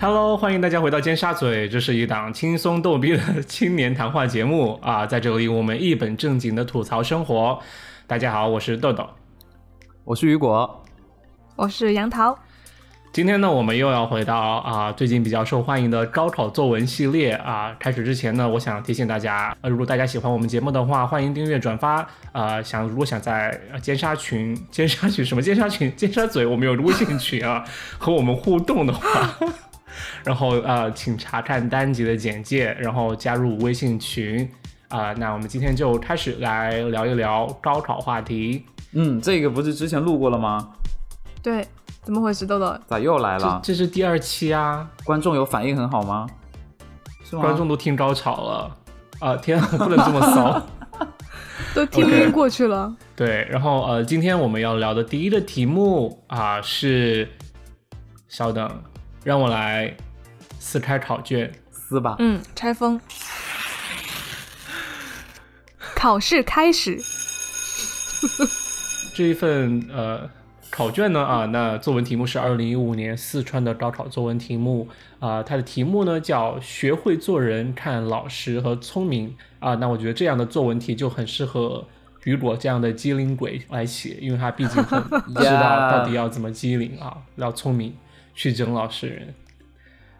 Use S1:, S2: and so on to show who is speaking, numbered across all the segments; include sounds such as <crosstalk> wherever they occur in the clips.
S1: Hello，欢迎大家回到尖沙咀，这是一档轻松逗逼的青年谈话节目啊，在这里我们一本正经的吐槽生活。大家好，我是豆豆。
S2: 我是雨果，
S3: 我是杨桃，
S1: 今天呢，我们又要回到啊最近比较受欢迎的高考作文系列啊。开始之前呢，我想提醒大家，呃，如果大家喜欢我们节目的话，欢迎订阅、转发。啊，想如果想在呃尖沙群、尖沙群什么尖沙群、尖沙咀，我们有微信群啊，和我们互动的话， <laughs> 然后呃，请查看单集的简介，然后加入微信群。啊、那我们今天就开始来聊一聊高考话题。
S2: 嗯，这个不是之前录过了吗？
S3: 对，怎么回事，豆豆？
S2: 咋又来
S1: 这
S2: 了？
S1: 这是第二期啊，
S2: 观众有反应很好吗？是吗？
S1: 观众都听高潮了，啊、天啊， <laughs> 不能这么骚。
S3: 都听
S1: OK
S3: 晕过去了。
S1: 对，然后呃，今天我们要聊的第一个题目啊、是，稍等，让我来撕开考卷。
S2: 撕 <laughs> 吧。
S3: 嗯，拆封。考试开始，
S1: 这一份呃考卷呢啊，那作文题目是二零一五年四川的高考作文题目啊、它的题目呢叫“学会做人，看老实和聪明”啊、那我觉得这样的作文题就很适合雨果这样的机灵鬼来写，因为他毕竟很知道
S2: Yeah
S1: 到底要怎么机灵啊，要聪明去整老实人。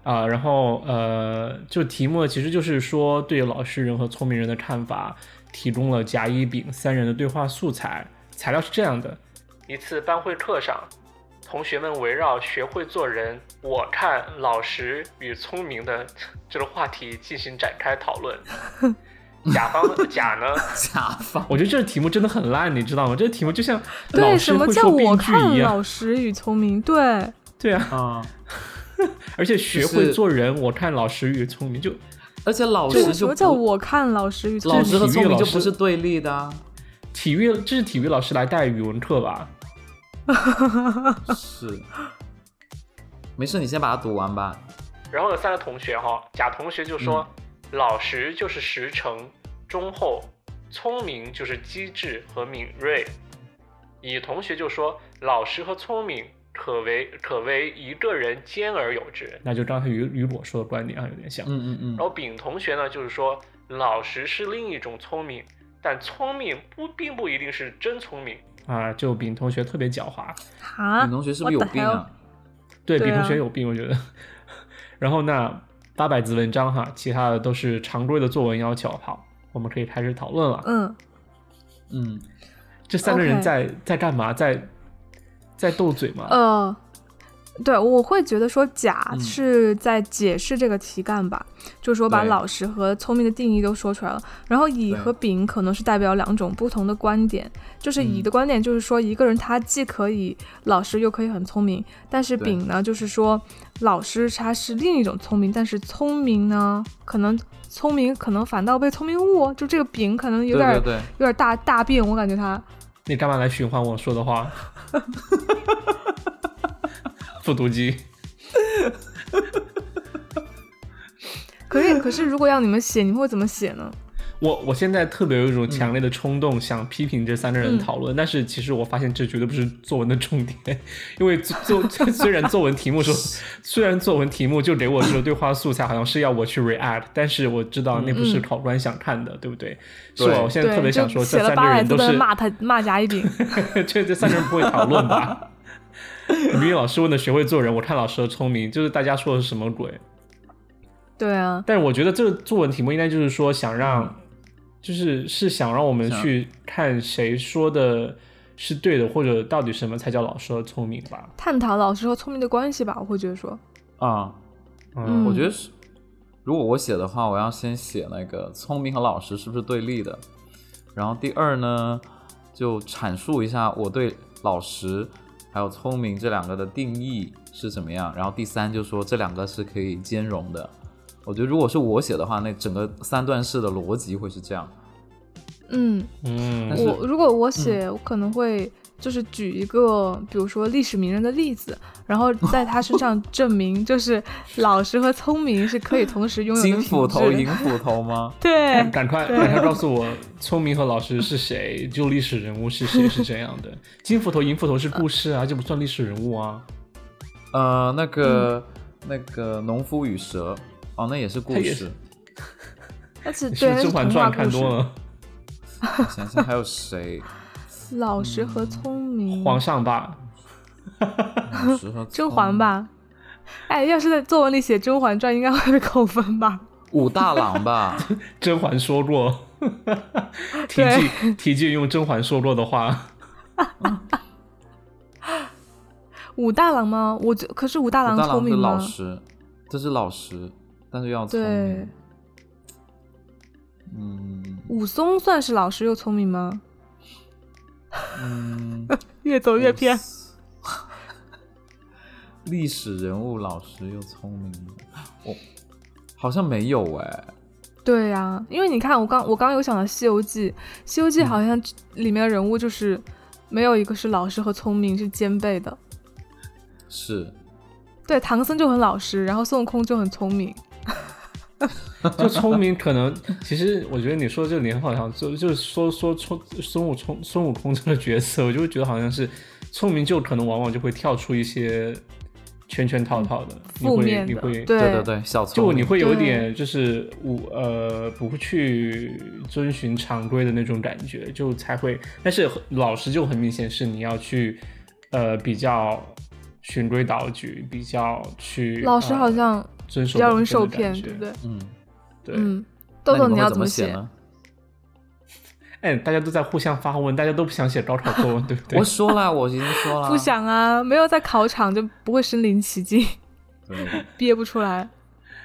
S1: 啊，然后呃，就题目其实就是说对老实人和聪明人的看法，提供了甲、乙、丙三人的对话素材。材料是这样的：一次班会课上，同学们围绕“学会做人，我看老实与聪明”的 <laughs> 这个话题进行展开讨 <laughs> 论。甲方的甲呢，
S2: 甲方
S1: 我觉得这个题目真的很烂，你知道吗？这个题目就像老
S3: 对，
S1: 师
S3: 什么
S1: 会
S3: 叫
S1: 说
S3: 我
S1: 病句
S3: 看
S1: 一样，
S3: 老实与聪明？对，
S1: 对啊，
S2: 啊、
S1: 而且学会做人，我看老实与聪明就。
S2: 而且老
S3: 这
S2: 师
S3: 个什
S2: 就
S3: 么叫
S2: 不
S3: 我看老实与聪
S2: 老
S3: 明？
S2: 师和聪明就
S1: 体育老师
S2: 不是对立的、 <laughs> 啊，
S1: 体育这是体育老师来带语文课吧？
S2: 是。没事，你先把它读完吧。
S1: 然后有三个同学哈，甲同学就说，老实就是实诚、忠厚，聪明就是机智和敏锐。乙同学就说，老实和聪明可为可为一个人兼而有之。那就刚才于于果说的观点啊，有点像。
S2: 嗯嗯
S1: 然
S2: 嗯，
S1: 后丙同学呢，就是说老实是另一种聪明，但聪明不并不一定是真聪明啊。就丙同学特别狡猾，
S3: 哈，
S2: 女同学是不是有
S3: what the
S2: 病
S3: hell？
S2: 啊？
S1: 对，比
S3: 对
S1: 同
S3: 啊
S1: 学有病，我觉得。 <laughs> 然后那八百字文章哈，其他的都是常规的作文要求。好，我们可以开始讨论了。
S3: 嗯，
S2: 嗯，
S1: 这三个人
S3: OK
S1: 在在干嘛？在在斗嘴吗？
S3: 呃，对，我会觉得说甲
S2: 啊嗯
S3: 是在解释这个题干吧，就是说把
S2: 对
S3: 老实和聪明的定义都说出来了。然后乙
S2: 对
S3: 和丙可能是代表两种不同的观点，就是乙
S2: 嗯
S3: 的观点就是说一个人他既可以老实又可以很聪明，但是
S2: 对
S3: 丙呢就是说老实他是另一种聪明，但是聪明呢可能聪明可能反倒被聪明误，哦就这个丙可能有
S2: 对
S3: 点
S2: 对对，
S3: 有点大大病，我感觉他。
S1: 你干嘛来循环我说的
S3: <laughs>
S1: 话？复读机，
S3: 可是可是如果让你们写，你们会怎么写呢？
S1: 我我现在特别有一种强烈的冲动，想批评这三个人
S3: 嗯
S1: 讨论，但是其实我发现这绝对不是作文的重点，因为作作虽然作文题目说，虽然作文题目就给我这个对话素材，好像是要我去 react，但是我知道那不是
S3: 嗯
S1: 考官想看的，对不对？是
S2: 对
S1: 吧？我现在
S3: 对，
S1: 特别
S3: 就
S1: 想说，
S3: 写
S1: 这
S3: 了
S1: 三个
S3: 八百
S1: 人
S3: 字
S1: 都
S3: 的
S1: 是，
S3: 骂他骂甲乙丙，
S1: <laughs> 这这三个人不会讨论吧？语音老师问的学会做人，我看老师的聪明，就是大家说的是什么鬼？
S3: 对啊，
S1: 但是我觉得这个作文题目应该就是说想让，就是是嗯想让我们
S2: 想
S1: 去看谁说的是对的，或者到底什么才叫老师的聪明吧。
S3: 探讨老师和聪明的关系吧，我会觉得说，
S2: 啊、
S3: 嗯，
S2: 我觉得是，如果我写的话，我要先写那个聪明和老实是不是对立的，然后第二呢，就阐述一下我对老实还有聪明这两个的定义是怎么样，然后第三就说这两个是可以兼容的。我觉得如果是我写的话，那整个三段式的逻辑会是这样。
S3: 嗯，
S1: 嗯
S2: 但是
S3: 我如果我写，我可能会就是举一个，比如说历史名人的例子，然后在他身上证明，就是老实和聪明是可以同时拥有的
S2: 金
S3: 品
S2: 斧头、
S3: 质？
S2: 银斧头吗
S1: <laughs>
S3: 对，
S1: 赶快
S3: 哎对
S1: 赶快告诉我，聪明和老师是谁？就历史人物是谁是这样的？金斧头、银斧头是故事啊，这不算历史人物啊。
S3: 嗯
S2: 呃，那个那个《农夫与蛇》哦，那也是故
S1: 它也
S2: 事。
S3: 而且
S1: 你
S3: 对，
S1: 是
S3: 它
S1: 《
S3: 是
S1: 甄嬛
S3: 童
S1: 传
S3: 话》
S1: 看多
S3: 故事。
S1: 了，
S2: 我想想还有谁？
S3: 老实和
S1: 嗯
S3: 聪明，
S1: 皇上吧，
S2: 老实和
S3: <laughs> 甄
S2: 聪
S3: 嬛
S2: 明，
S3: 吧。哎，要是在作文里写《甄嬛传》，应该会被扣分吧？
S2: 武大郎
S3: <laughs>
S2: 吧，
S1: 甄嬛说过，题记题记用甄嬛说过的话，
S3: 武大郎吗？我觉可是武大
S2: 武
S3: 郎
S2: 大
S3: 聪
S2: 郎是
S3: 明吗
S2: 老？实，这是老实，但是要聪
S3: 对
S2: 明。，嗯
S3: 武松算是老实又聪明吗？
S1: <laughs>
S2: 嗯，
S3: 越走越偏。
S2: 历史人物老实又聪明，我好像没有哎、
S3: 对呀、因为你看，我刚我刚有想到《西游记》，《西游记》好像里面的人物就是没有一个是老实和聪明是兼备的。
S2: 是
S3: 对，唐僧就很老实，然后孙悟空就很聪明。
S1: <laughs> 就聪明，可能其实我觉得你说这个点好像就就是说说聪孙悟空孙悟空这个角色，我就会觉得好像是聪明就可能往往就会跳出一些圈圈套套的，你
S3: 嗯负
S1: 会
S3: 面
S1: 你
S3: 的
S1: 会
S3: 对
S2: 对对对，小聪
S1: 就
S2: 明
S1: 你会有
S3: 对
S1: 点就是我呃不去遵循常规的那种感觉，就才会。但是老师就很明显是你要去呃比较循规蹈矩，比较去
S3: 老实好像
S1: 呃、遵
S3: 比
S1: 守
S3: 较
S1: 本
S3: 容易
S1: 分
S3: 受
S1: 的感
S3: 骗，
S1: 觉
S3: 对不对？
S2: 嗯，
S1: 对，
S3: 嗯，豆豆
S2: 那你们会
S3: 要
S2: 怎
S3: 么
S2: 写
S3: 写？
S2: 呢？
S1: 哎，大家都在互相发问，大家都不想写高考作文，对不对
S2: 我？说了，我已经
S1: <laughs>
S2: 说了，
S3: 不想啊，没有在考场就不会身临其境， <laughs>
S2: 对。
S3: 憋不出来。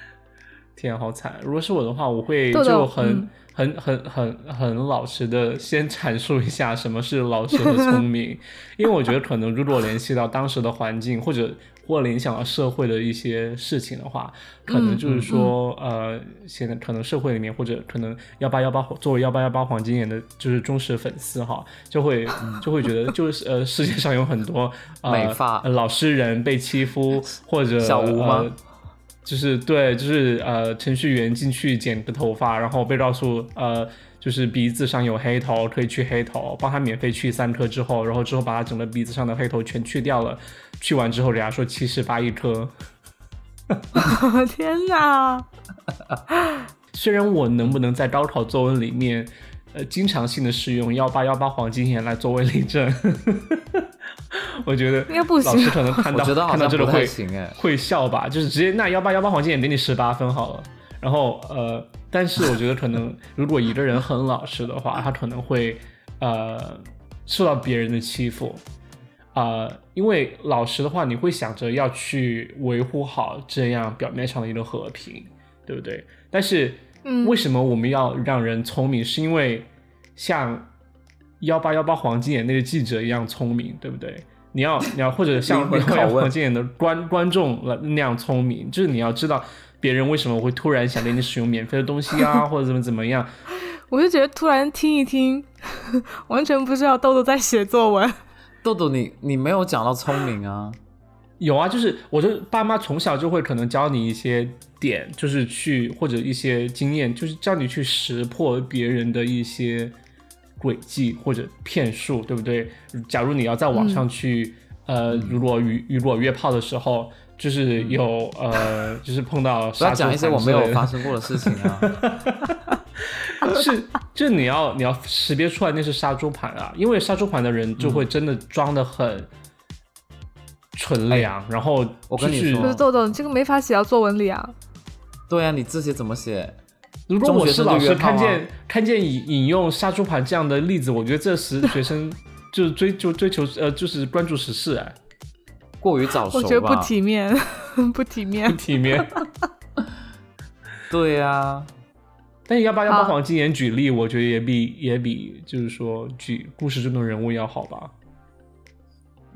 S3: <laughs>
S1: 天，啊好惨！如果是我的话，我会
S3: 豆豆
S1: 就很
S3: 嗯
S1: 很很很很老实的先阐述一下什么是老实和聪
S3: <laughs>
S1: 明，因为我觉得可能如果联系到当时的环境或者或联想到社会的一些事情的话，可能
S3: 嗯
S1: 就是说、呃，现在可能社会里面或者可能幺八幺八作为幺八幺八黄金眼的就是忠实粉丝哈，就会
S3: 嗯
S1: 就会觉得就是呃世界上有很多呃
S2: 美发
S1: 老实人被欺
S3: <laughs>
S1: 负或者
S2: 小吴吗
S1: 呃就是对，就是呃，程序员进去剪个头发，然后被告诉呃，就是鼻子上有黑头，可以去黑头，帮他免费去三颗之后，然后之后把他整个鼻子上的黑头全去掉了，去完之后人家说七十八一颗。
S3: 天哪！
S1: 虽然我能不能在高考作文里面，呃，经常性的使用幺八幺八黄金眼来作为例证， <laughs> 我觉得
S3: 应该不行
S1: 老师可能看
S2: 我
S1: 到
S2: 觉得好
S1: 看到
S2: 像
S1: 这个
S2: 不太
S1: 会
S2: 行哎，
S1: <laughs> 会笑吧，就是直接那幺八幺八黄金眼给你十八分好了。然后呃，但是我觉得可能如果一个人很老实的话，他可能会呃受到别人的欺负。呃，因为老实的话，你会想着要去维护好这样表面上的一个和平，对不对？但是，
S3: 嗯
S1: 为什么我们要让人聪明？是因为像幺八幺八黄金眼那个记者一样聪明，对不对？你
S2: <laughs>
S1: 要你要或者像
S2: 灵魂拷问
S1: <laughs> 黄金眼的观观众那样聪明，就是你要知道别人为什么会突然想给你使用免费的东西
S2: <laughs>
S1: 啊，或者怎么怎么样。
S3: 我就觉得突然听一听， <laughs> 完全不知道豆豆在写作文。
S2: 豆豆你你没有讲到聪明啊，
S1: 有啊，就是我的爸妈从小就会可能教你一些点，就是去或者一些经验，就是教你去识破别人的一些诡计或者骗术，对不对？假如你要在网上
S2: 嗯
S1: 去，呃，如果与如果约炮的时候，就是有、呃，就是碰到
S2: 不
S1: <laughs> 杀猪
S2: 要讲一些嗯 <laughs> 我
S1: 盘之
S2: 没有
S1: 类的
S2: 发生过的事情啊。
S1: <laughs> 是，就你要你要识别出来那是杀猪盘啊，因为杀猪盘的人就会
S2: 嗯
S1: 真的装的很纯良，然后
S2: 哎我跟
S1: 就
S2: 你
S1: 是
S2: 说
S3: 不是豆豆，你这个没法写到作文里啊。
S2: 对啊，你这些怎么写？
S1: 如果我是老师，
S2: 中学生就约炮啊
S1: 看
S2: 吗
S1: 见看见引引用杀猪盘这样的例子，我觉得这时学生就是追就追求呃，就是关注时事啊，
S2: 过于早熟
S3: 我
S2: 吧？
S3: 觉得不体面， <laughs> 不体面。
S1: 体面。 <laughs>
S2: 对啊呀、
S1: 但是幺八幺
S3: 好
S1: 八黄金眼举例，我觉得也比也比就是说举故事中的人物要好吧。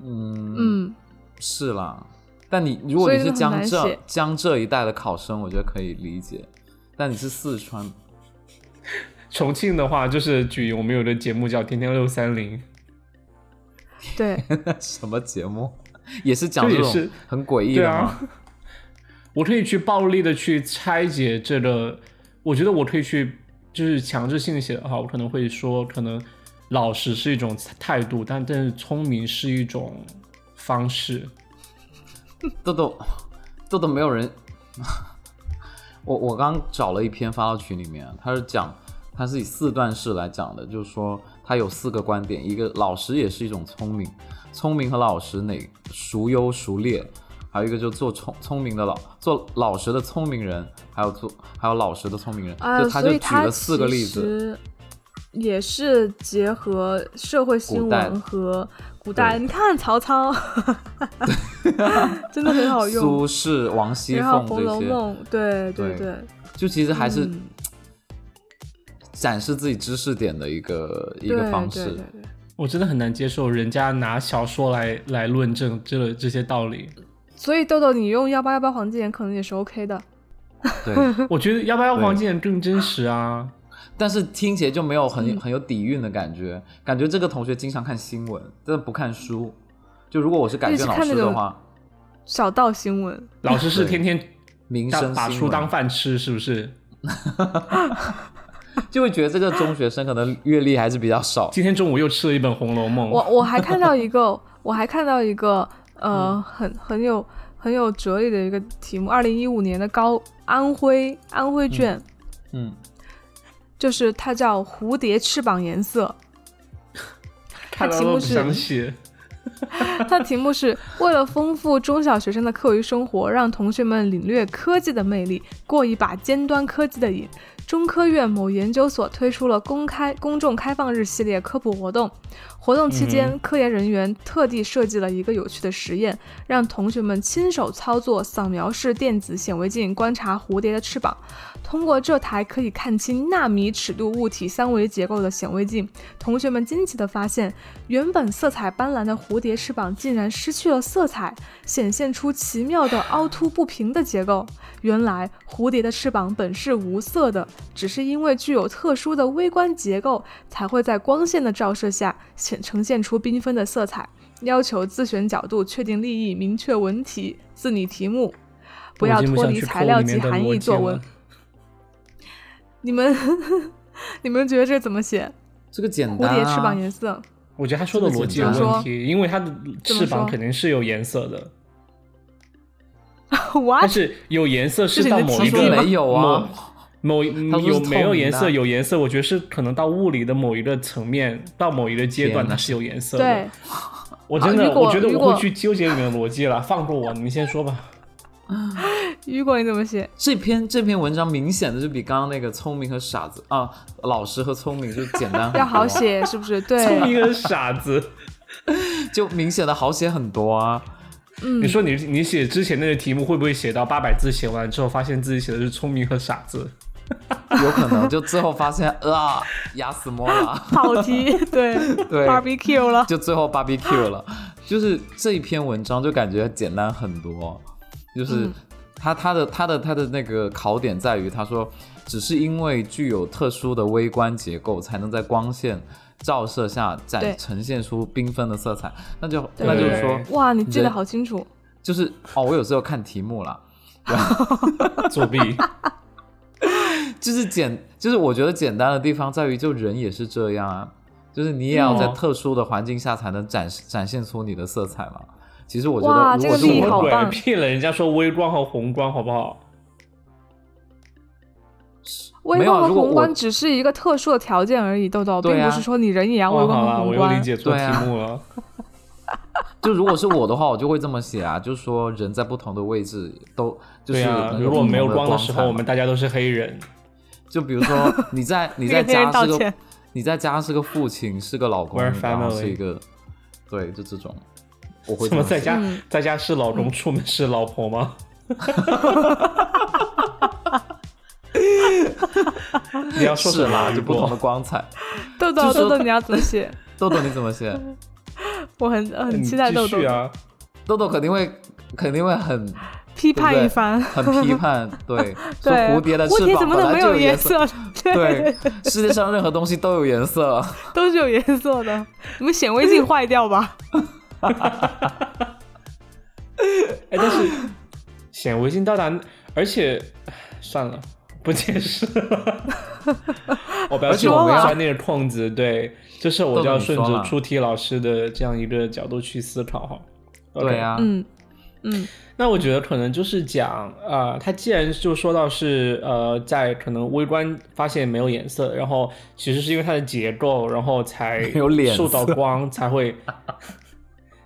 S2: 嗯
S3: 嗯，
S2: 是啦。但你如果
S3: 所以
S2: 你
S3: 就是很
S2: 江
S3: 难
S2: 浙
S3: 写
S2: 江浙一带的考生，我觉得可以理解。但你是四川， <laughs>
S1: 重庆的话，就是举我们有的节目叫《天天六三零》，
S2: <laughs>
S3: 对，
S2: 什么节目？也是讲
S1: 这
S2: 这
S1: 也
S2: 种
S1: 是
S2: 很诡异
S1: 对
S2: 的吗？
S1: 啊， <laughs> 我可以去暴力的去拆解这个，我觉得我可以去就是强制性的写的话，我可能会说，可能老实是一种态度，但但是聪明是一种方式。
S2: 豆豆，这都没有人。 <laughs> 我我刚找了一篇发到群里面，他是讲他是以四段式来讲的，就是说他有四个观点，一个老实也是一种聪明，聪明和老实哪孰优孰劣，还有一个就做聪聪明的老做老实的聪明人，还有做还有老实的聪明人，
S3: 哎呀
S2: 就他
S3: 所
S2: 就举
S3: 以它
S2: 了四个例
S3: 其
S2: 子，
S3: 实也是结合社会新
S2: 古代
S3: 闻和古代。
S2: 对
S3: 你看曹操， <laughs> 真的很好用。
S2: 苏轼、王熙
S3: 然后
S2: 凤
S3: 《红
S2: 这
S3: 楼
S2: 些，
S3: 梦》，对对
S2: 对就其实还是
S3: 嗯
S2: 展示自己知识点的一个一
S3: 对
S2: 个方
S3: 对
S2: 式
S3: 对。对
S1: 我真的很难接受人家拿小说来来论证这这些道
S3: <laughs>
S1: 理。
S3: 所以豆豆，你用幺八幺八黄金眼可能也是 OK 的。
S2: 对，
S3: <laughs>
S1: 我觉得要不要
S2: 对
S1: 黄金眼更真实啊？
S2: 但是听起来就没有很
S3: 嗯
S2: 很有底蕴的感觉，感觉这个同学经常看新闻，真的不看书。就如果我是改
S3: 一
S2: 卷
S3: 直
S2: 老
S3: 看
S2: 师
S3: 那
S2: 的
S3: 种
S2: 话，
S3: 小道新闻，
S1: 老师是
S2: 对
S1: 天天
S2: 民
S1: 当
S2: 生
S1: 把
S2: 新
S1: 书
S2: 闻
S1: 当饭吃，是不是？
S2: 就会觉得这个中学生可能阅历还是比较少。
S1: 今天中午又吃了一本《红楼梦》，
S3: 我我还看到一个，我还看到一个，呃，很很有很有哲理的一个题目，二零一五年的高安徽安徽卷，
S2: 嗯，
S3: 就是它叫《蝴蝶翅膀颜色
S1: 看到
S3: 题
S1: 都
S3: 目
S1: 不
S3: 是
S1: 想写。》，
S3: 它题目是为了丰富中小学生的课余生活，让同学们领略科技的魅力，过一把尖端科技的瘾。中科院某研究所推出了公开公众开放日系列科普活动，活动期间，
S1: 嗯
S3: 科研人员特地设计了一个有趣的实验，让同学们亲手操作扫描式电子显微镜观察蝴蝶的翅膀。通过这台可以看清纳米尺度物体三维结构的显微镜，同学们惊奇地发现，原本色彩斑斓的蝴蝶翅膀竟然失去了色彩，显现出奇妙的凹凸不平的结构。原来蝴蝶的翅膀本是无色的，只是因为具有特殊的微观结构，才会在光线的照射下显呈现出缤纷的色彩。要求自选角度、确定立意、明确文体、自拟题目，不要
S1: 我已经
S3: 脱
S1: 想
S3: 离
S1: 去
S3: 材
S1: 抠
S3: 料
S1: 里
S3: 及
S1: 面的
S3: 含
S1: 逻辑
S3: 义作文
S1: 了。
S3: 你们 <laughs> 你们觉得这怎么写？
S2: 这个简
S3: 蝴
S2: 单、啊。
S3: 蝶翅膀颜色，
S1: 我觉得他说的逻辑有
S2: 这么简
S3: 单
S1: 问题，因为他的翅
S3: 怎么
S1: 膀
S3: 说
S1: 肯定是有颜色的，
S3: 哇
S1: 但，是有颜色
S3: 啊这是你
S1: 到
S3: 的
S1: 某
S3: 题
S1: 一
S3: 目
S1: 个
S3: 吗
S2: 没有啊
S1: 某某
S2: 他
S1: 嗯
S2: 说是
S1: 有没有颜
S2: 透
S1: 色
S2: 明的
S1: 有颜色，我觉得是可能到物理的某一个层面，到某一个阶段
S2: 天哪
S1: 它是有颜色的。
S3: 对，
S1: 我真
S3: 啊
S1: 的
S3: 如果
S1: 我觉得
S3: 如
S1: 我
S3: 果
S1: 会去纠结你们的逻辑了，放过我，你们先说吧。
S3: 雨果你怎么写？
S2: <laughs> 这篇这篇文章明显的就比刚刚那个聪明和傻子啊，老实和聪明就简单很多，
S3: 要好，写是不是？
S1: 聪
S3: 对，
S1: 明和傻子，
S2: 就明显的好写很多啊。
S1: 你
S3: <laughs> 嗯，
S1: 说你你写之前那个题目会不会写到八百字写完之后，发现自己写的是聪明和傻子？
S2: 有可能就最后发现啊，压死猫了，
S3: <laughs> 跑题，对
S2: 对
S3: ，barbecue 了。
S2: 就最后 barbecue 了。就是这一篇文章就感觉简单很多，就是
S3: 嗯
S2: 他他的他的他的那个考点在于，他说只是因为具有特殊的微观结构，才能在光线照射下
S3: 对
S2: 展呈现出缤纷的色彩。那就
S3: 对
S2: 那就是
S1: 对
S2: 说，
S3: 哇，你记得
S2: 人
S3: 好清楚，
S2: 就是哦，我有时候看题目啦，
S1: 作
S3: <laughs>
S1: 弊，
S2: 就是简，就是我觉得简单的地方在于，就人也是这样啊，就是你也要在
S1: 嗯
S2: 特殊的环境下才能展示展现出你的色彩嘛。其实我觉
S3: 哇
S2: 得，如果
S3: 这
S2: 是
S3: 个力
S1: 什
S2: 我
S3: 好
S1: 么鬼
S3: 棒？
S1: 骗了人家说微光和红光，好不好？
S3: 微
S2: 没有啊
S3: 观和
S2: 如果
S3: 宏
S2: 我
S3: 观只是一个特殊的条件而已，豆豆，
S2: 对
S3: 并
S2: 啊
S3: 不是说你人也要微
S1: 哦，
S3: 观
S1: 好
S3: 和
S1: 了，
S3: 宏
S1: 我又理
S3: 观。
S1: 解错
S2: 对
S1: 题
S2: 啊
S1: 目了。
S2: 就如果是我的话，我就会这么写啊，就是说人在不同的位置都就是
S1: 对啊，
S2: 能
S1: 如果
S2: 不同
S1: 没有
S2: 的
S1: 光的
S2: 光
S1: 时
S2: 彩
S1: 候，我
S2: 嘛
S1: 们大家都是黑人。
S2: 就比
S1: <laughs>
S2: 如说你在你
S3: 你
S2: 在
S3: 给别人
S2: 家
S3: 道
S2: 是个
S3: 歉
S2: 你在家是个父亲，是个老公，
S1: We're
S2: 然后
S1: family
S2: 是一个对，就这种，我
S1: <laughs>
S2: 会
S1: 什
S2: 这
S1: 么
S2: 么
S1: 在
S2: 写。
S1: 家、
S3: 嗯
S1: 在家是老公，出门是老婆吗？ <laughs> 你要说什
S2: 是
S1: 么啊？
S2: 啦，就不同的
S1: 雨果
S2: 光彩。
S3: 豆
S2: 就
S3: 豆，豆
S2: 说
S3: 豆，你要怎
S2: <laughs>
S3: 么写？
S2: 豆豆你怎么
S3: <laughs>
S2: 写？
S3: 我很 <laughs> 很
S1: 你
S3: 期待豆
S1: 继
S3: 豆
S1: 续啊！
S2: 豆豆肯定会肯定会很
S3: 批判
S2: 对
S3: 一
S2: 不对
S3: 番。
S2: 很批判，
S3: <laughs>
S2: 对，说
S3: 对，
S2: 蝴蝶的翅膀
S3: 怎么
S2: 本
S3: 能
S2: 来
S3: 没
S2: 就
S3: 有
S2: 颜
S3: 颜？色？
S2: 对，
S3: <laughs>
S2: 世界上任何东西都有颜色。
S3: 都是有颜色的。你们显微镜坏掉吧？
S1: 哎，但是显微镜到达，而且唉算了，不解释了。 <laughs> 我不要
S2: 而且
S1: 去
S2: 我们要
S1: 钻那个空子，对，就是我就要
S2: 豆豆你
S1: 顺
S2: 说
S1: 着
S2: 嘛
S1: 出题老师的这样一个角度去思考哈。
S2: <laughs> 对，啊，
S3: 嗯，嗯
S1: 那我觉得可能就是讲，呃，他既然就说到是，呃，在可能微观发现没有颜色，然后其实是因为它的结构，然后才
S2: 没有脸
S1: 受到
S2: 色
S1: 光才
S2: <laughs>
S1: 会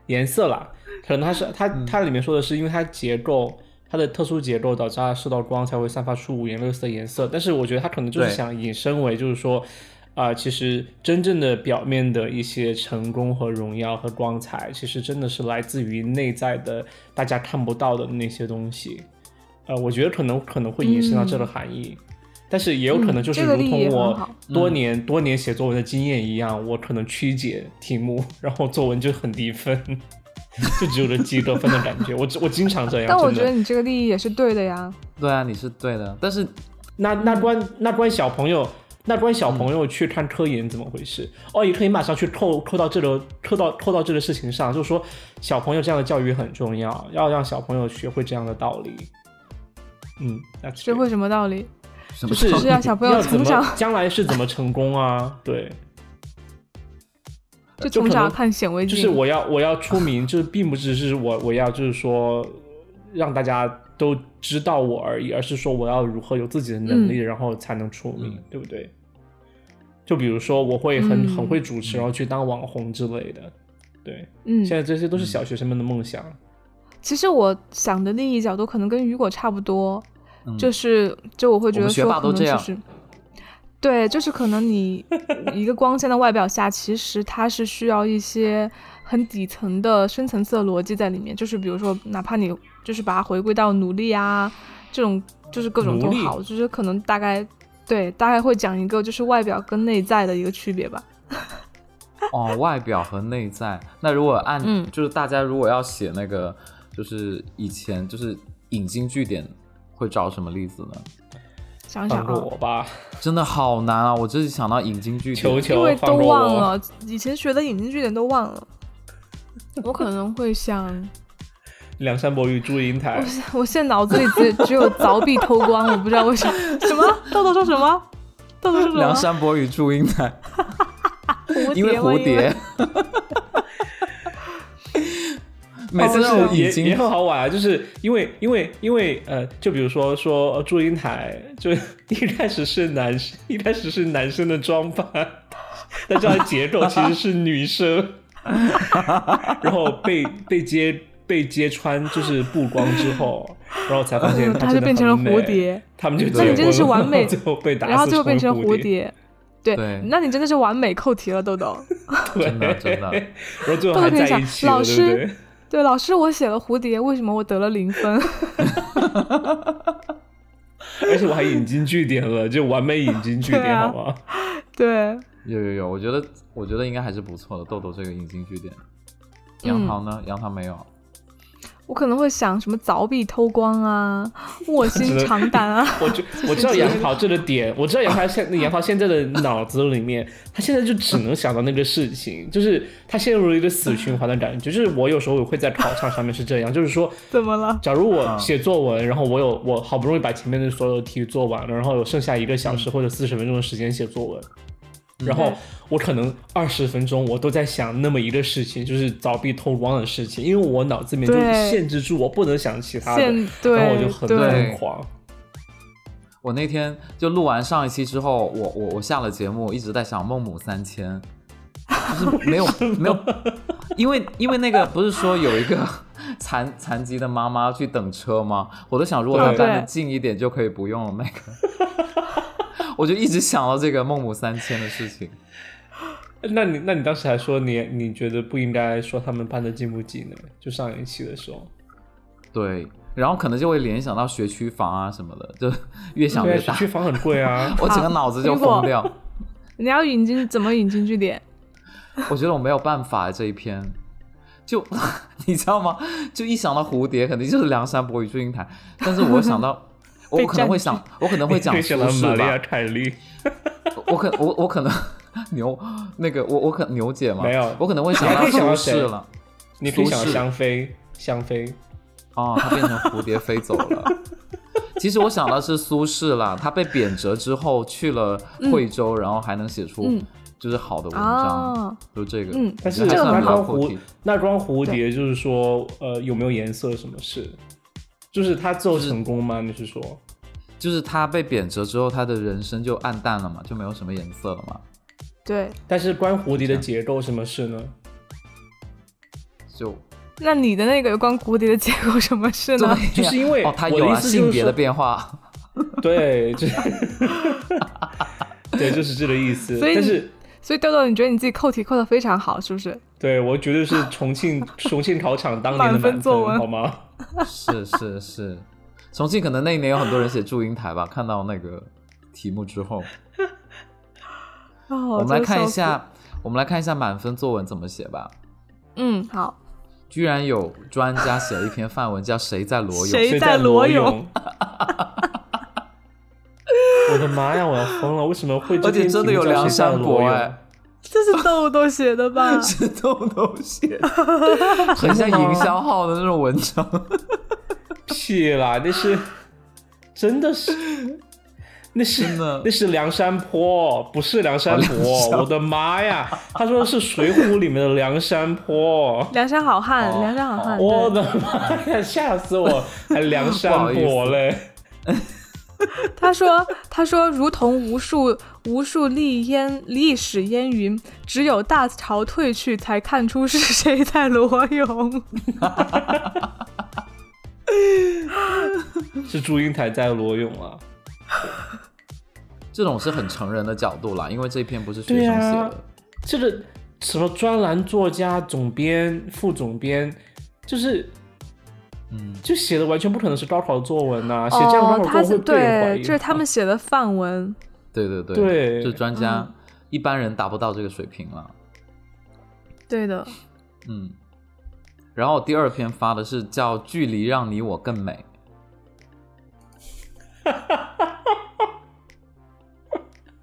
S1: 颜色啦。可能它是它
S2: 嗯
S1: 它里面说的是，因为它结构它的特殊结构导致它受到光才会散发出五颜六色的颜色。但是我觉得它可能就是
S2: 对
S1: 想引申为，就是说。啊、其实真正的表面的一些成功和荣耀和光彩，其实真的是来自于内在的大家看不到的那些东西。呃，我觉得可能可能会引申到这个含义，但是也有可能就是
S3: 嗯嗯这个
S1: 如
S3: 例
S1: 同
S3: 也很
S1: 我
S3: 好嗯
S1: 多年、多年写作文的经验一样，我可能曲解题目，然后作文就很低分， <laughs> 就只有这及格分的感觉。我我经常
S2: 哎
S1: 这样，
S3: 但我
S1: 真
S3: 觉
S1: 的
S3: 得你这个利益也是对的呀。
S2: 对啊，你是对的，但是
S1: 那那关那关小朋友，那关小朋友去看科研怎么回事？哦，也可以马上去扣扣到这个扣到扣到这个事情上，就是说小朋友这样的教育很重要，要让小朋友学会这样的道理。嗯，那
S3: 学会什么道理？
S2: 什
S1: 就
S2: 么
S1: 是
S2: 道
S3: 是啊，小朋友
S1: 要怎
S3: 从
S1: 么
S3: 小
S1: 将来是怎么成功啊？对，
S3: 就
S1: 就
S3: 从
S1: 可
S3: 小
S1: 能
S3: 看显微
S1: 就
S3: 镜，
S1: 是我要我要出名，就是并不只是我我要就是说让大家都知道我而已，而是说我要如何有自己的能
S3: 嗯
S1: 力，然后才能出名，
S2: 嗯
S1: 对不对？就比如说我会很、
S3: 嗯
S1: 很会主持，然后去当网红之类的，对。
S3: 嗯，
S1: 现在这些都是小学生们的梦想，
S3: 其实我想的利益角度可能跟雨果差不多，
S2: 嗯
S3: 就是就我会觉
S2: 我
S3: 得
S2: 们学
S3: 说
S2: 霸
S3: 可
S2: 都
S3: 能
S2: 这
S3: 就
S2: 样
S3: 是，对，就是可能你一个光鲜的外表下，其实它是需要一些很底层的深层次的逻辑在里面，就是比如说，哪怕你就是把它回归到努力啊这种，就是各种
S1: 努
S3: 都
S1: 力
S3: 好，就是可能大概对大概会讲一个就是外表跟内在的一个区别吧。
S2: 哦，外表和内在。那如果按、
S3: 嗯
S2: 就是大家如果要写那个，就是以前就是引经据典，会找什么例子呢？
S3: 想想
S1: 放
S3: 啊，
S1: 过呃我吧，
S2: 真的好难啊！我就是想到引经据
S1: 求
S2: 典，
S1: 求
S3: 因为
S1: 放
S3: 都
S1: 过
S3: 忘
S1: 我。
S3: 了，以前学的引经据典都忘了。我可能会想，
S1: 梁山伯与祝英台
S3: 我，现我现在脑子里只只有凿壁偷光，我不知道为啥。什么？豆豆说什么？豆豆说什么？
S2: 梁山伯与祝英台，
S3: 蝴
S2: 因为
S3: 蝶吗，
S2: 蝴蝶。 <laughs> 每次
S1: 但
S2: 让我
S1: 是也
S2: 引
S1: 也
S2: 经，
S1: 很好玩啊，就是因为因为因为呃，就比如说说呃祝英台，就 <laughs> 一开始是男生，一开始是男生的装扮，但是它的结构其实是女生，
S3: <laughs>
S1: 然后被被揭被揭穿就是曝光之后，然后才发现
S3: 嗯
S1: 她
S3: 它就
S1: 真的
S3: 变成
S1: 很
S3: 了蝴
S1: 美，
S3: 蝶，
S1: 他们就
S2: 那你
S1: 结
S2: 真
S3: 的
S1: 婚
S3: 是
S1: 了
S3: 完
S1: <laughs>
S3: 美
S1: 最后被打
S3: 然后
S1: 死
S3: 就变成
S1: 为
S3: 蝴
S1: 蝴，
S3: 蝶。对，
S2: 对
S3: 那你真的是完美扣题了，豆豆。 <laughs>
S1: 对
S2: 真的真的
S1: <laughs> 然后最后
S3: 豆豆
S1: 还
S3: 可以
S1: 在
S3: 想
S1: 一起
S3: 老
S1: 了，对不
S3: 师
S1: 对？
S3: 对，老师，我写了蝴蝶，为什么我得了零
S1: <laughs>
S3: 分？<laughs>
S1: 而且我还引经据典了，就完美引经据
S3: 对
S1: 典，
S3: 啊
S1: 好吗？
S3: 对，
S2: 有有有，我觉得我觉得应该还是不错的。豆豆这个引经据典，杨
S3: 嗯
S2: 桃呢？杨桃没有，
S3: 我可能会想什么凿壁偷光
S1: <laughs>
S3: 啊，卧薪
S1: 只能
S3: 尝胆啊。
S1: 我就我知道杨桃这个点，我知道杨桃现杨桃现在的脑子里面，他现在就只能想到那个事情，就是他陷入了一个死循环的感觉。就是我有时候会在考场上面是这样，就是说，
S3: 怎么了？
S1: 假如我写作文，然后我有我好不容易把前面的所有题做完了，然后有剩下一个小时或者四十分钟的时间写作文。然后我可能二十分钟我都在想那么一个事情，就是凿壁偷光的事情，因为我脑子里面就
S3: 对
S1: 限制住我不能想其他的，
S3: 现
S1: 然后我
S3: 对
S1: 就很
S3: 对
S2: 累，
S1: 疯狂。
S2: 我那天就录完上一期之后，我我我下了节目，一直在想孟母三迁，就
S1: <laughs>
S2: 是没有没有，因为因为那个不是说有一个残残疾的妈妈去等车吗？我都想如果她
S1: 对
S2: 站得
S3: 对
S2: 近一点就可以不用那个， <laughs> 我就一直想到这个孟母三迁的事情。
S1: 那你那你当时还说你你觉得不应该说他们班的进步技能，就上一期的时候，
S2: 对，然后可能就会联想到学区房啊什么的，就 <laughs> 越想
S1: 对
S2: 越
S1: 啊，学
S2: 大，。
S1: 区房很贵啊
S2: 我整个脑子就疯掉。
S3: 你要引经怎么引经据典？
S2: 我觉得我没有办法这一篇，就 <laughs> 你知道吗？就一想到蝴蝶，肯定就是梁山伯与祝英台。但是我
S1: <laughs>
S2: 想到，我可能会想，我可能 <laughs> 会讲
S1: 你想
S2: 苏
S1: 到玛
S2: 轼
S1: 利亚
S2: 吧，
S1: 凯莉，
S2: 我可我我可能 <laughs> 牛那个我我可牛姐嘛，
S1: 没有
S2: 我可能会想
S1: 你还可以
S2: 苏
S1: 想到谁
S2: 轼了。
S1: 你可以想到
S2: 苏轼
S1: 香妃，香妃，
S2: 哦，它变成蝴蝶飞走了。其实我想
S1: 嗯
S2: 到是苏轼啦，他被贬谪之后去了惠州，然后还能写出
S3: 嗯
S2: 就是好的文章，
S3: 哦，
S2: 就这个。
S3: 嗯
S1: 但是
S2: 还
S3: 这个
S2: 算比
S1: 那
S2: 较
S1: 装
S2: 破
S1: 蝴
S2: 题。
S1: 那装蝴蝶就是说，呃，有没有颜色什么事？就是他最后成功吗？你是说？
S2: 就是他被贬谪之后，他的人生就暗淡了嘛，就没有什么颜色了嘛，
S3: 对。
S1: 但是关蝴蝶的结构什么事呢？
S2: 就
S3: 那你的那个有关蝴蝶的结构什么事呢？
S2: 对
S1: <laughs> 就是因为
S2: <laughs> 哦，他
S1: 我
S2: 有
S1: 的意
S2: 了
S1: 思就是
S2: 性别的
S1: 说
S2: 变化， <laughs>
S1: 对，就是对，就是这个意思。
S3: 所以
S1: 但
S3: 你
S1: 是
S3: 所以豆豆，你觉得你自己扣题扣的非常好，是不是？
S1: 对我绝对是重庆重庆考场当年的
S3: 满分
S1: 满
S3: 作文
S1: 好吗？
S2: 是是是，重庆可能那一年有很多人写祝英台吧，看到那个题目之后，
S3: 哦，
S2: 我们来
S3: 真
S2: 看一
S3: 笑死，
S2: 下，我们来看一下满分作文怎么写吧。
S3: 嗯，好，
S2: 居然有专家写了一篇范文，叫《谁在裸泳》，
S3: 谁
S1: 谁
S3: 在裸
S1: 裸
S3: 泳？
S1: <laughs> 我的妈呀！我要疯了！为什么会这
S2: 而且
S1: 篇
S2: 真的
S1: 题目
S2: 有
S1: 叫
S2: 梁
S1: 谁在
S2: 山
S1: 裸
S2: 伯
S1: 泳
S2: 哎，？
S3: 这是豆豆写的吧，
S1: <laughs>
S2: 是豆豆写的，很像营销号的那种文章。
S1: 屁啦，那
S2: <laughs>
S1: 是真的是，那是
S2: 真的哦
S1: 那是梁山坡，不是梁山伯，我的妈呀！他说的是《水浒》里面的梁山坡
S2: <laughs>
S3: 梁山好汉，
S2: 哦
S3: 梁山好汉，
S1: 我
S3: 对，
S1: 的妈呀，吓死我！还梁山
S2: 不好
S1: 伯嘞，
S3: 他说，他说，如同无数无数历烟历史烟云，只有大潮退去，才看出是谁在裸泳。
S1: 是祝英台在裸泳啊。
S2: 这种是很成人的角度啦，因为这篇不是学
S1: 对
S2: 生
S1: 啊
S2: 写的，
S1: 这个什么专栏作家、总编、副总编，就是，
S2: 嗯，
S1: 就写的完全不可能是高考作文呐、啊写这样高考
S3: 哦，
S1: 作
S3: 他
S1: 文
S3: 是
S1: 会被人怀疑
S3: 对，
S1: 的。
S3: 这是他们写的范文。
S2: 对对对，
S1: 对
S2: 就专家、
S3: 嗯
S2: 一般人达不到这个水平了。
S3: 对的，
S2: 嗯，然后第二篇发的是叫《距离让你我更美》，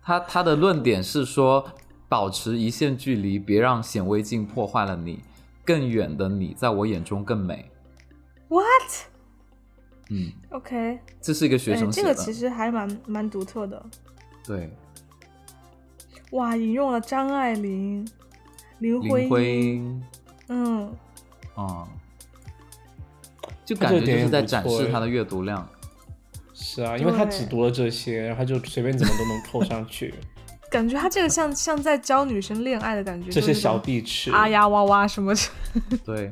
S2: 他他的论点是说，保持一线距离，别让显微镜破坏了你，更远的你在我眼中更美。
S3: What？OK，、
S2: 嗯，
S3: OK
S2: 这是一个
S3: 哎
S2: 学生写的，
S3: 实还蛮蛮独特的。
S2: 对，
S3: 哇，引用了张爱玲、林
S2: 林徽因，
S3: 嗯，
S2: 啊、
S1: 啊
S2: 就 <laughs> 感觉就是在展示
S1: 哎
S2: 他的阅读量。
S1: 是啊，因为他
S3: 对
S1: 只读了这些，然后他就随便怎么都能扣上去，
S3: 感觉他这个像像在教女生恋爱的感觉，
S1: 这些
S3: 就是那种
S1: 小壁纸。
S3: 啊呀哇哇什么，
S2: 对，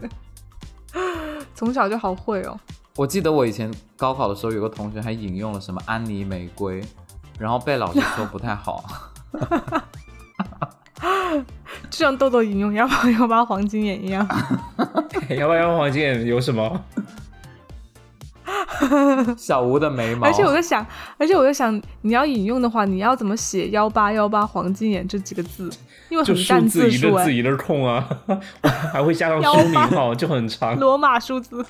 S3: <laughs> 从小就好会哦。
S2: 我记得我以前高考的时候，有个同学还引用了什么安妮玫瑰，然后被老师说不太好。 <laughs>
S3: 就像豆豆引用幺八幺八黄金眼一样，
S1: 哎幺八幺黄金有什么？
S2: 小吴的眉毛，
S3: 而且我在想，而且我在想，你要引用的话，你要怎么写幺八幺八黄金眼这几个字？因为
S1: 就
S3: <laughs> 很
S1: 数
S3: 占
S1: 字
S3: 字
S1: 一
S3: 数
S1: 个字
S3: 哎，
S1: 一个空啊， <laughs> 还会加上书名号，就很长。
S3: 罗马数字。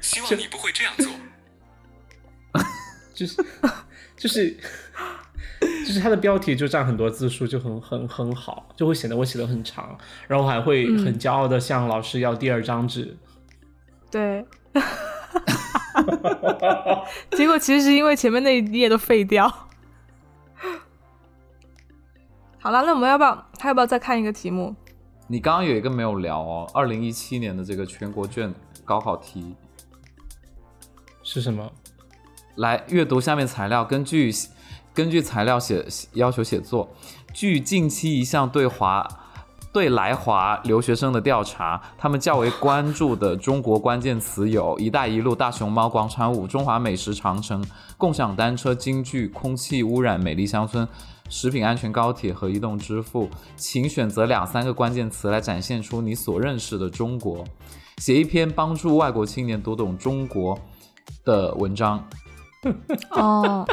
S4: 希望你不会这样做。
S1: 就是 <laughs> 就是就是它的标题就占很多字数，就很很很好，就会显得我写的很长，然后还会
S3: 嗯
S1: 很骄傲的向老师要第二张纸。 <laughs>
S3: 对，结果其实是因为前面那一页都废掉。 <laughs> 好了，那我们要不要还要不要再看一个题目？
S2: 你刚刚有一个没有聊哦，二零一七年的这个全国卷高考题，
S1: 是什么？
S2: 来阅读下面材料，根据根据材料写要求写作。据近期一项对华对来华留学生的调查，他们较为关注的中国关键词有“一带一路”、“大熊猫广场舞”、“中华美食长城”、“共享单车”、“京剧”、“空气污染”、“美丽乡村”、“食品安全高铁”和“移动支付”。请选择两三个关键词来展现出你所认识的中国。写一篇帮助外国青年读懂中国的文章，
S3: 哦，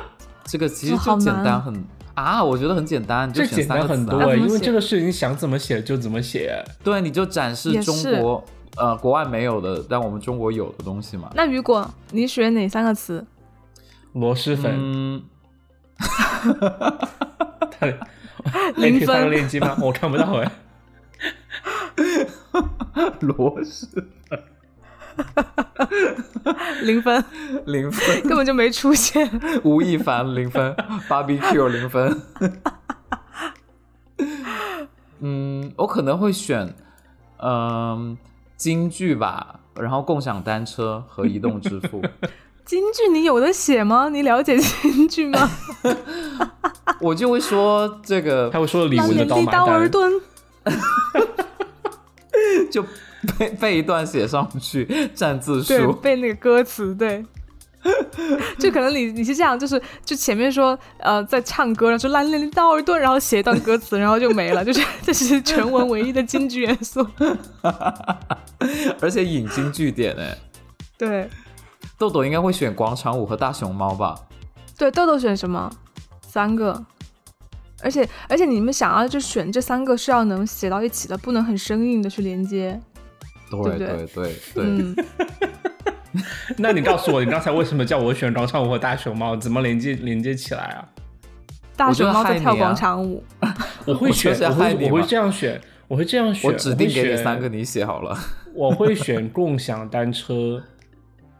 S2: 这个其
S3: 哦
S2: 实
S3: 好
S2: 就简
S3: 难
S2: 单很啊，我觉得很简单，你就
S1: 这
S2: 选
S1: 简
S2: 三
S1: 单
S2: 个词、啊、
S1: 很多
S3: 那
S1: 哎、
S3: 怎么
S1: 因为
S3: 写
S1: 这个事你想怎么写就怎么写。
S2: 对，你就展示
S3: 也
S2: 中
S3: 是
S2: 国呃国外没有的，但我们中国有的东西嘛。
S3: <laughs> 那雨果，你选哪三个词？
S1: 螺蛳粉，
S2: 嗯，
S1: <laughs>
S3: <laughs>
S1: 它哎
S3: 零
S1: 可以发个
S3: 分
S1: 链接吗？我看不到哎、
S2: 螺蛳
S3: 零分，
S2: 零分，
S3: 根本就没出现。
S2: 吴亦凡零分 b 比 Q b 零分，嗯，我可能会选，嗯、京剧吧，然后共享单车和移动支付。
S3: 京剧你有的写吗？你了解京剧吗？
S2: 我就会说这个
S1: 他会说 <laughs> 李玟
S3: 当
S1: 的
S3: 原
S1: 刀
S3: 地
S1: 马
S3: 刀儿
S1: 旦，
S3: 蹲，
S2: 就背背一段写上去，占字
S3: 对，
S2: 数。
S3: 背那个歌词， <laughs> 对。就可能你你是这样，就是就前面说呃在唱歌，然后说兰陵道尔顿，然后写一段歌词，然后就没了， <laughs> 就是这是全文唯一的京剧元素。
S2: 而且引经据典哎，
S3: <laughs> 对
S2: 豆豆应该会选广场舞和大熊猫吧？
S3: 对，豆豆选什么？三个，而且而且你们想要就选这三个是要能写到一起的，不能很生硬的去连接。
S2: 对
S3: 对
S2: 对对对，
S3: 嗯，
S1: 那你告诉我，你刚才为什么叫我选广场舞和大熊猫？怎么连接连接起来啊？
S3: 大
S2: 我觉
S3: 熊
S2: 得
S3: 猫在
S2: 害
S3: 跳
S2: 你
S3: 广
S2: 啊
S3: 场舞，
S1: 我会选，
S2: 我就是要
S1: 我
S2: 害
S1: 会
S2: 你
S1: 我会
S2: 嘛
S1: 这样选，我会这样选。
S2: 我指定给
S1: 会
S2: 你
S1: 选
S2: 三个，你写好
S3: <laughs>
S2: 了。
S1: 我会选共享单车、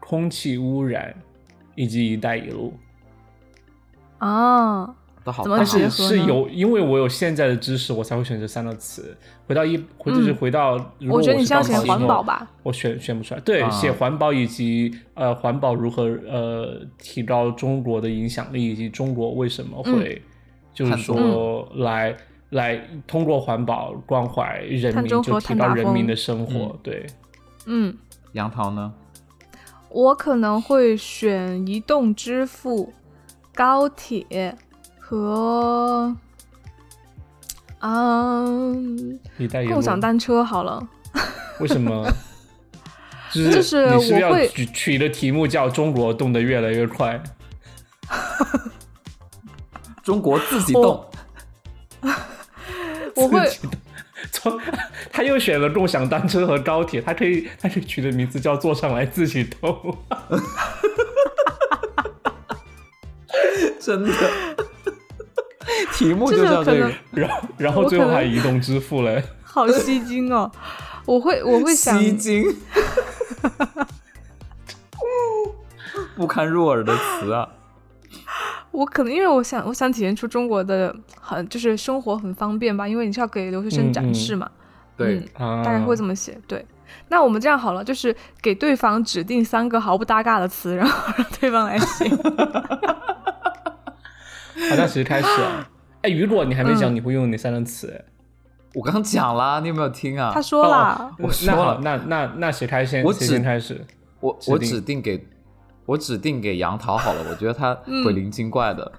S1: 空气污染以及“一带一路
S3: 啊，
S2: 都好
S3: 怎
S2: 大
S3: 么”，结
S1: 是
S3: 合
S1: 是
S3: 呢
S1: 有，因为我有现在的知识，我才会选这三个词。回到一，回就是
S3: 嗯
S1: 回到，如果
S3: 我觉得你
S1: 是
S3: 是要
S1: 高
S3: 选
S1: 考
S3: 环
S1: 题
S3: 保
S1: 目
S3: 吧。
S1: 我选选不出来。对，
S2: 啊
S1: 写环保以及呃环保如何呃提高中国的影响力，以及中国为什
S3: 嗯
S1: 么会、就是
S2: 碳中
S1: 说来、来通过环保关怀人
S3: 碳
S1: 民，
S3: 中
S1: 就
S3: 和
S1: 提
S3: 碳
S1: 高
S3: 达
S1: 人民
S3: 峰
S1: 的生活。
S2: 嗯
S1: 对，
S3: 嗯，
S2: 杨桃呢？
S3: 我可能会选移动支付、高铁和嗯
S1: 一带一路
S3: 共享单车好
S1: <laughs>
S3: 了。
S1: 为什么？
S3: <laughs>
S1: 就
S3: 就是是
S1: 你是不是
S3: 我
S1: 要
S3: 会
S1: 取取的题目叫“中国动得越来越快 <laughs>
S2: 中国自己动
S3: 我，我会”，
S1: 从他又选了共享单车和高铁，他可以他可以取的名字叫“坐上来自己动”。
S2: 真的。题目
S3: 这
S2: 就
S3: 个
S2: 叫
S3: 可
S2: 这个
S3: 能，
S1: 然后然后
S3: 我
S1: 最后
S3: 可能
S1: 还移动支付嘞，
S3: <laughs> 好吸睛哦。我会我会想，
S2: 吸
S3: <laughs>
S2: 睛，不堪入耳的词啊！
S3: 我可能因为我想我想体现出中国的很就是生活很方便吧，因为你是要给留学
S1: 嗯
S3: 生
S1: 嗯
S3: 展示嘛。嗯
S2: 对，
S1: 啊，
S3: <laughs> 大概会这么写。对，那我们这样好了，就是给对方指定三个毫不搭嘎的词，然后让对方来
S1: <laughs>
S3: 写。
S1: 好，那谁开始啊？哎，雨果，你还没讲
S3: 嗯
S1: 你会用哪三个词？
S2: 我刚讲啦，你有没有听啊
S3: 他？说
S1: 哦
S3: 啦，
S2: 我
S1: 那
S2: 说
S1: 好
S2: 了，
S1: 那那那谁开先？
S2: 我
S1: 谁
S2: 指
S1: 先开
S3: <laughs>
S1: 始？
S2: 我
S1: 指
S2: 我
S1: 定
S2: 指定给，我指定给杨桃好了，我觉得他
S3: 嗯
S2: 鬼灵精怪的，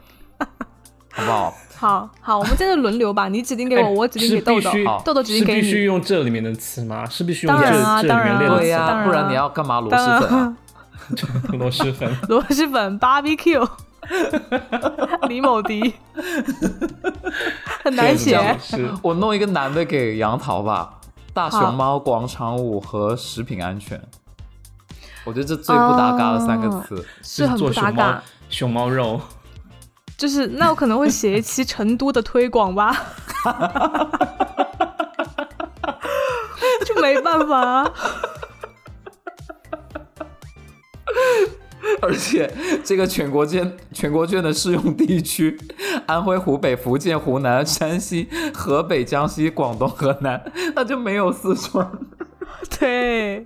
S2: 好不好？
S3: 好好，我们现在轮流吧，你指定给我，
S1: 哎
S3: 我指定给豆豆
S1: 是必须，
S3: 豆豆指定给
S1: 是必须
S3: 你。
S1: 用这里面的词吗？是必须用
S3: 当
S1: 这、
S3: 然啊
S1: 这里面列
S3: 当
S1: 的
S2: 对
S1: 词
S2: 呀、
S3: 当然啊
S2: 不然你要干嘛？螺
S3: 当
S2: 蛳粉啊
S3: 然？，
S1: 螺蛳粉。
S3: <laughs> 螺蛳粉、barbecue、李某
S1: <laughs>
S3: 迪，很难
S1: 是这
S3: 写
S1: 样。是
S2: 我弄一个男的给杨桃
S3: <laughs>
S2: 吧，大
S3: 好
S2: 熊猫、广场舞和食品安全。我觉得这最不搭嘎的三个词，
S3: 啊
S1: 就是
S3: 很
S1: 做
S3: 不搭
S1: 熊猫
S3: 嘎。
S1: 熊猫肉，
S3: 就是那我可能会写一期成都的推广吧， <laughs> 就没办法啊、
S2: <laughs> 而且这个全国卷全国卷的适用地区， <laughs> 安徽、湖北、福建、湖南、山西、河北、江西、广东、河南， <laughs> 那就没有四川。 <laughs>
S3: 对，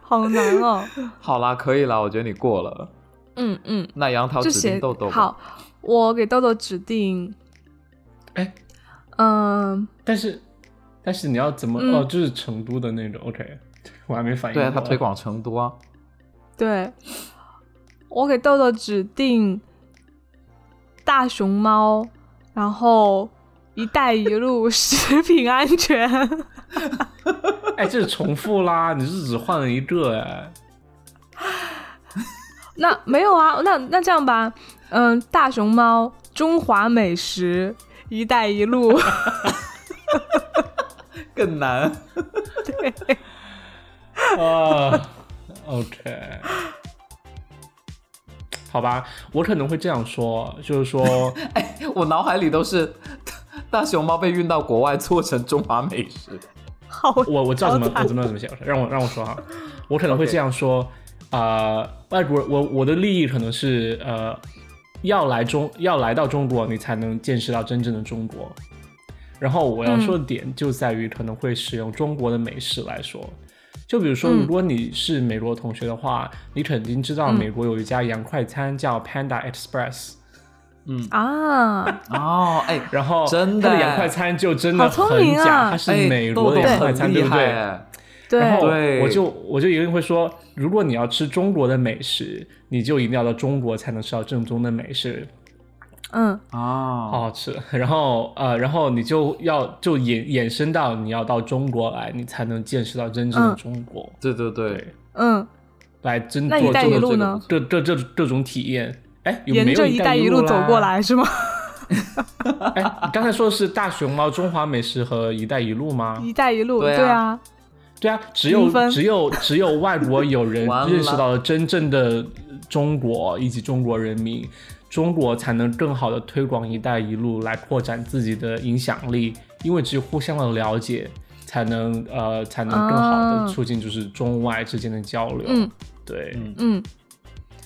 S3: 好难哦。
S2: 好啦，可以啦，我觉得你过了。
S3: 嗯嗯，
S2: 那杨桃
S3: 就
S2: 指定
S3: 写
S2: 豆豆吧，
S3: 好，我给豆豆指定，
S1: <laughs> 哎，
S3: 嗯、
S1: 但是但是你要怎么？
S3: 嗯
S1: 哦，就是成都的那种。OK，我还没反应过
S2: 对
S1: 来。
S2: 啊，他推广成都啊，
S3: 对，我给豆豆指定大熊猫，然后“一带一 <laughs> 路”食品安全。
S1: 哎，这是重复啦，你是只换了一个哎。
S3: <laughs> 那没有啊，那那这样吧，嗯、大熊猫、中华美食、“一带一 <laughs> 路
S2: 更难。”，
S3: 对，
S1: 啊，OK，好吧，我可能会这样说，就是说
S2: 哎， <laughs> 我脑海里都是大大熊猫被运到国外做成中华美食。
S3: 好，
S1: 我我知道怎么
S3: 好
S1: 我
S3: 惨
S1: 怎么怎么写，让我让我说哈，我可能会这样说啊、外国人我我的利益可能是呃，要来中要来到中国，你才能见识到真正的中国。然后我要
S3: 嗯
S1: 说的点就在于可能会使用中国的美式来说，就比如说，
S3: 嗯
S1: 如果你是美国同学的话，你肯定知道
S3: 嗯
S1: 美国有一家洋快餐叫 Panda Express，
S2: 嗯，
S3: 啊，
S2: 哦，哎，
S1: 然后
S2: 真的
S1: 它的洋快餐就真的
S3: 好聪
S1: 很
S3: 明啊
S1: 假，它是
S2: 哎
S1: 美国的
S2: 豆豆
S1: 洋快餐，
S2: 很
S1: 对
S2: 厉
S1: 不
S2: 害
S1: 对？
S2: 哎，
S1: 然后
S3: 对，
S2: 对
S1: 我就我就一定会说，如果你要吃中国的美食，你就一定要到中国才能吃到正宗的美食，
S3: 嗯，
S1: 好
S2: 哦，
S1: 好吃。 <laughs> 然后呃，然后你就要就衍衍生到你要到中国来，你才能见识到真正的
S3: 嗯
S1: 中国，
S2: 对对对，
S1: 对，
S3: 嗯，
S1: 来真
S3: 那“
S1: 做
S3: 一带
S1: 这
S3: 一
S1: 个
S3: 路”呢？
S1: 这这这这种体验。哎，有没
S3: 沿
S1: 有
S3: 着“
S1: 一
S3: 一带
S1: 一
S3: 一路”走过？ <laughs> 来是吗？
S1: 哎，你刚才说的是大熊猫、中华美食和“一带一路”
S3: <laughs>
S1: 吗？
S3: “一带一路”，
S2: 对啊
S3: 对啊，
S1: 对啊，只有
S3: 分
S1: 只有只有外国友
S3: <laughs>
S1: 人
S2: 完了
S1: 认识到了真正的中国以及中国人民，中国才能更好的推广“一带一路”来扩展自己的影响力，因为只有互相的了解，才能呃才能更好
S3: 啊
S1: 的促进就是中外之间的交流。
S3: 嗯
S1: 对，
S2: 嗯
S3: 嗯，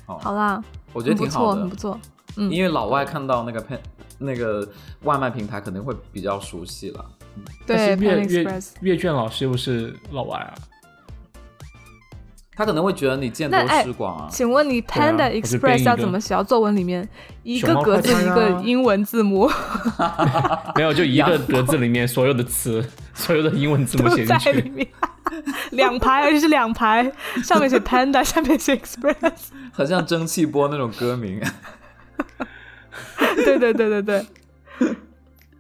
S2: 好
S3: 好啦，
S2: 我
S3: 我
S2: 觉得挺好
S3: 很
S2: 的
S3: 不，错，很不错。嗯
S2: 因为老外看到那个 pen 那个外卖平台肯定会比较熟悉了。
S1: 但
S3: 对
S1: 是阅
S3: ，Pan
S1: 阅
S3: Express。
S1: 阅卷老师又不是老外啊，
S2: 他可能会觉得你见多
S3: 那哎
S2: 识广啊，
S3: 请问你
S1: 对啊
S3: Panda
S1: 我就编
S3: Express
S1: 一
S3: 要
S1: 个
S3: 怎么写？要作文里面一
S1: 熊
S3: 个
S1: 猫
S3: 格子
S1: 快
S3: 一
S1: 餐
S3: 个
S1: 啊
S3: 英文字母
S1: 没有就一个格子里面所有的词， <laughs> 所有的英文字母
S3: 都
S1: 写进
S3: 在里
S1: 去。
S3: 面， <laughs> 两排，而且是两排，上面写
S1: <laughs>
S3: Panda，下面写 Express。 <laughs>
S2: 很像蒸汽波那种歌名。 <laughs>
S3: 对对对对对，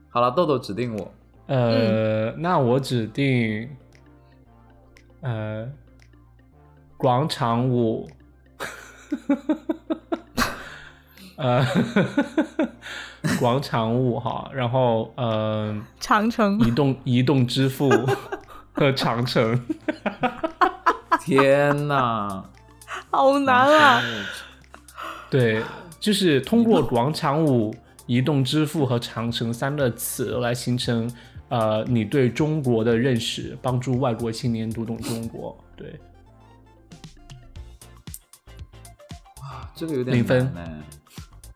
S2: 好了，豆豆指定
S3: <laughs>
S2: 我，
S1: 呃，那我指定，呃，广场舞， <laughs> 呃，广场舞哈，然后呃，
S3: 长城。
S1: 移动移动支付和长城，
S2: 天哪！
S3: 好难啊！
S1: 对，就是通过广场舞、移动支付和长城三个词来形成呃你对中国的认识，帮助外国青年读懂中国，对。
S2: 这个有点
S1: 零分
S2: 难哎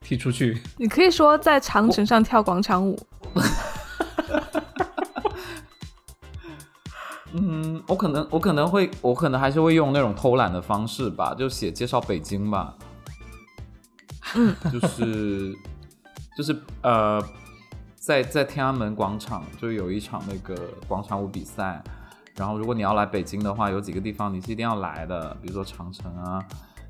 S1: 踢出去。
S3: 你可以说在长城上跳广场舞，
S2: 嗯，我可能我可能会我可能还是会用那种偷懒的方式吧，就写介绍北京吧。
S3: 嗯，
S2: <laughs> 就是就是呃，在在天安门广场就有一场那个广场舞比赛，然后如果你要来北京的话，有几个地方你是一定要来的，比如说长城啊、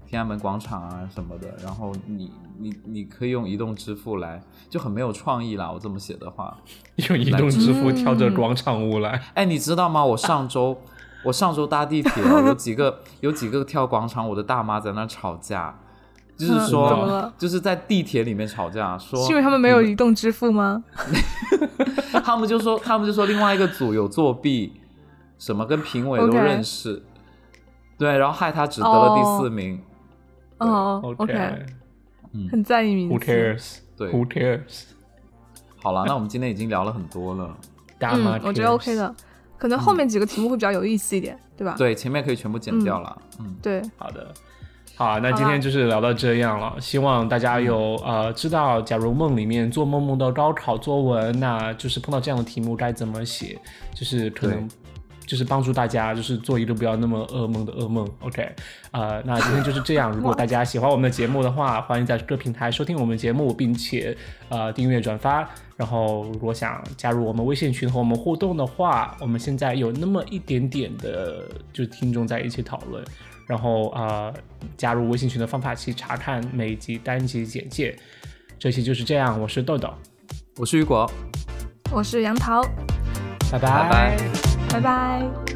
S2: 天安门广场啊什么的。然后你你你可以用移动支付来，就很没有创意啦。我这么写的话，
S1: <laughs> 用移动支付跳着广场舞来，
S2: 哎，你知道吗？我上周我上周搭地铁哦，有几
S3: <laughs>
S2: 个有几个跳广场舞的大妈在那儿吵架，就是
S1: 嗯怎么
S2: 说
S3: 了
S2: 就是在地铁里面吵架，说
S1: 嗯
S3: 是因为他们没有移动支付吗？
S2: 他们就说他们就说另外一个组有作弊，什么跟评委都
S3: OK
S2: 认识对，然后害他只得了第四名。
S1: 嗯
S3: 哦
S1: OK，Who、
S3: 很在意名
S1: 嗯 Who
S3: 字。
S1: cares？
S2: 对
S1: Who
S3: 嗯
S1: cares？
S2: 好了，那我们今天已经聊了很多
S3: <laughs>
S2: 了，
S1: 大妈、
S3: 嗯，我觉得 OK。的，可能后面几个题目会比较有意思一点，对
S1: 嗯
S3: 吧？
S2: 对，前面可以全部剪掉了。嗯，
S3: 对，
S1: 好的，好，那
S3: 好
S1: 今
S3: 啦
S1: 天就是聊到这样了。希望大家有呃知道，假如梦里面做梦梦到高考作文，那就是碰到这样的题目该怎么写，就是可能。就是帮助大家，就是做一个不要那么噩梦的噩梦。OK，呃，那今天就是这样。如果大家喜欢我们的节目的话，欢迎在各平台收听我们节目，并且呃订阅转发。然后，如果想加入我们微信群和我们互动的话，我们现在有那么一点点的就听众在一起讨论。然后啊、呃加入微信群的方法去查看每集单集简介。这期就是这样，我是豆豆，
S2: 我是雨果，哦
S3: 我是杨桃，
S1: 拜
S2: 拜拜。
S3: 拜拜。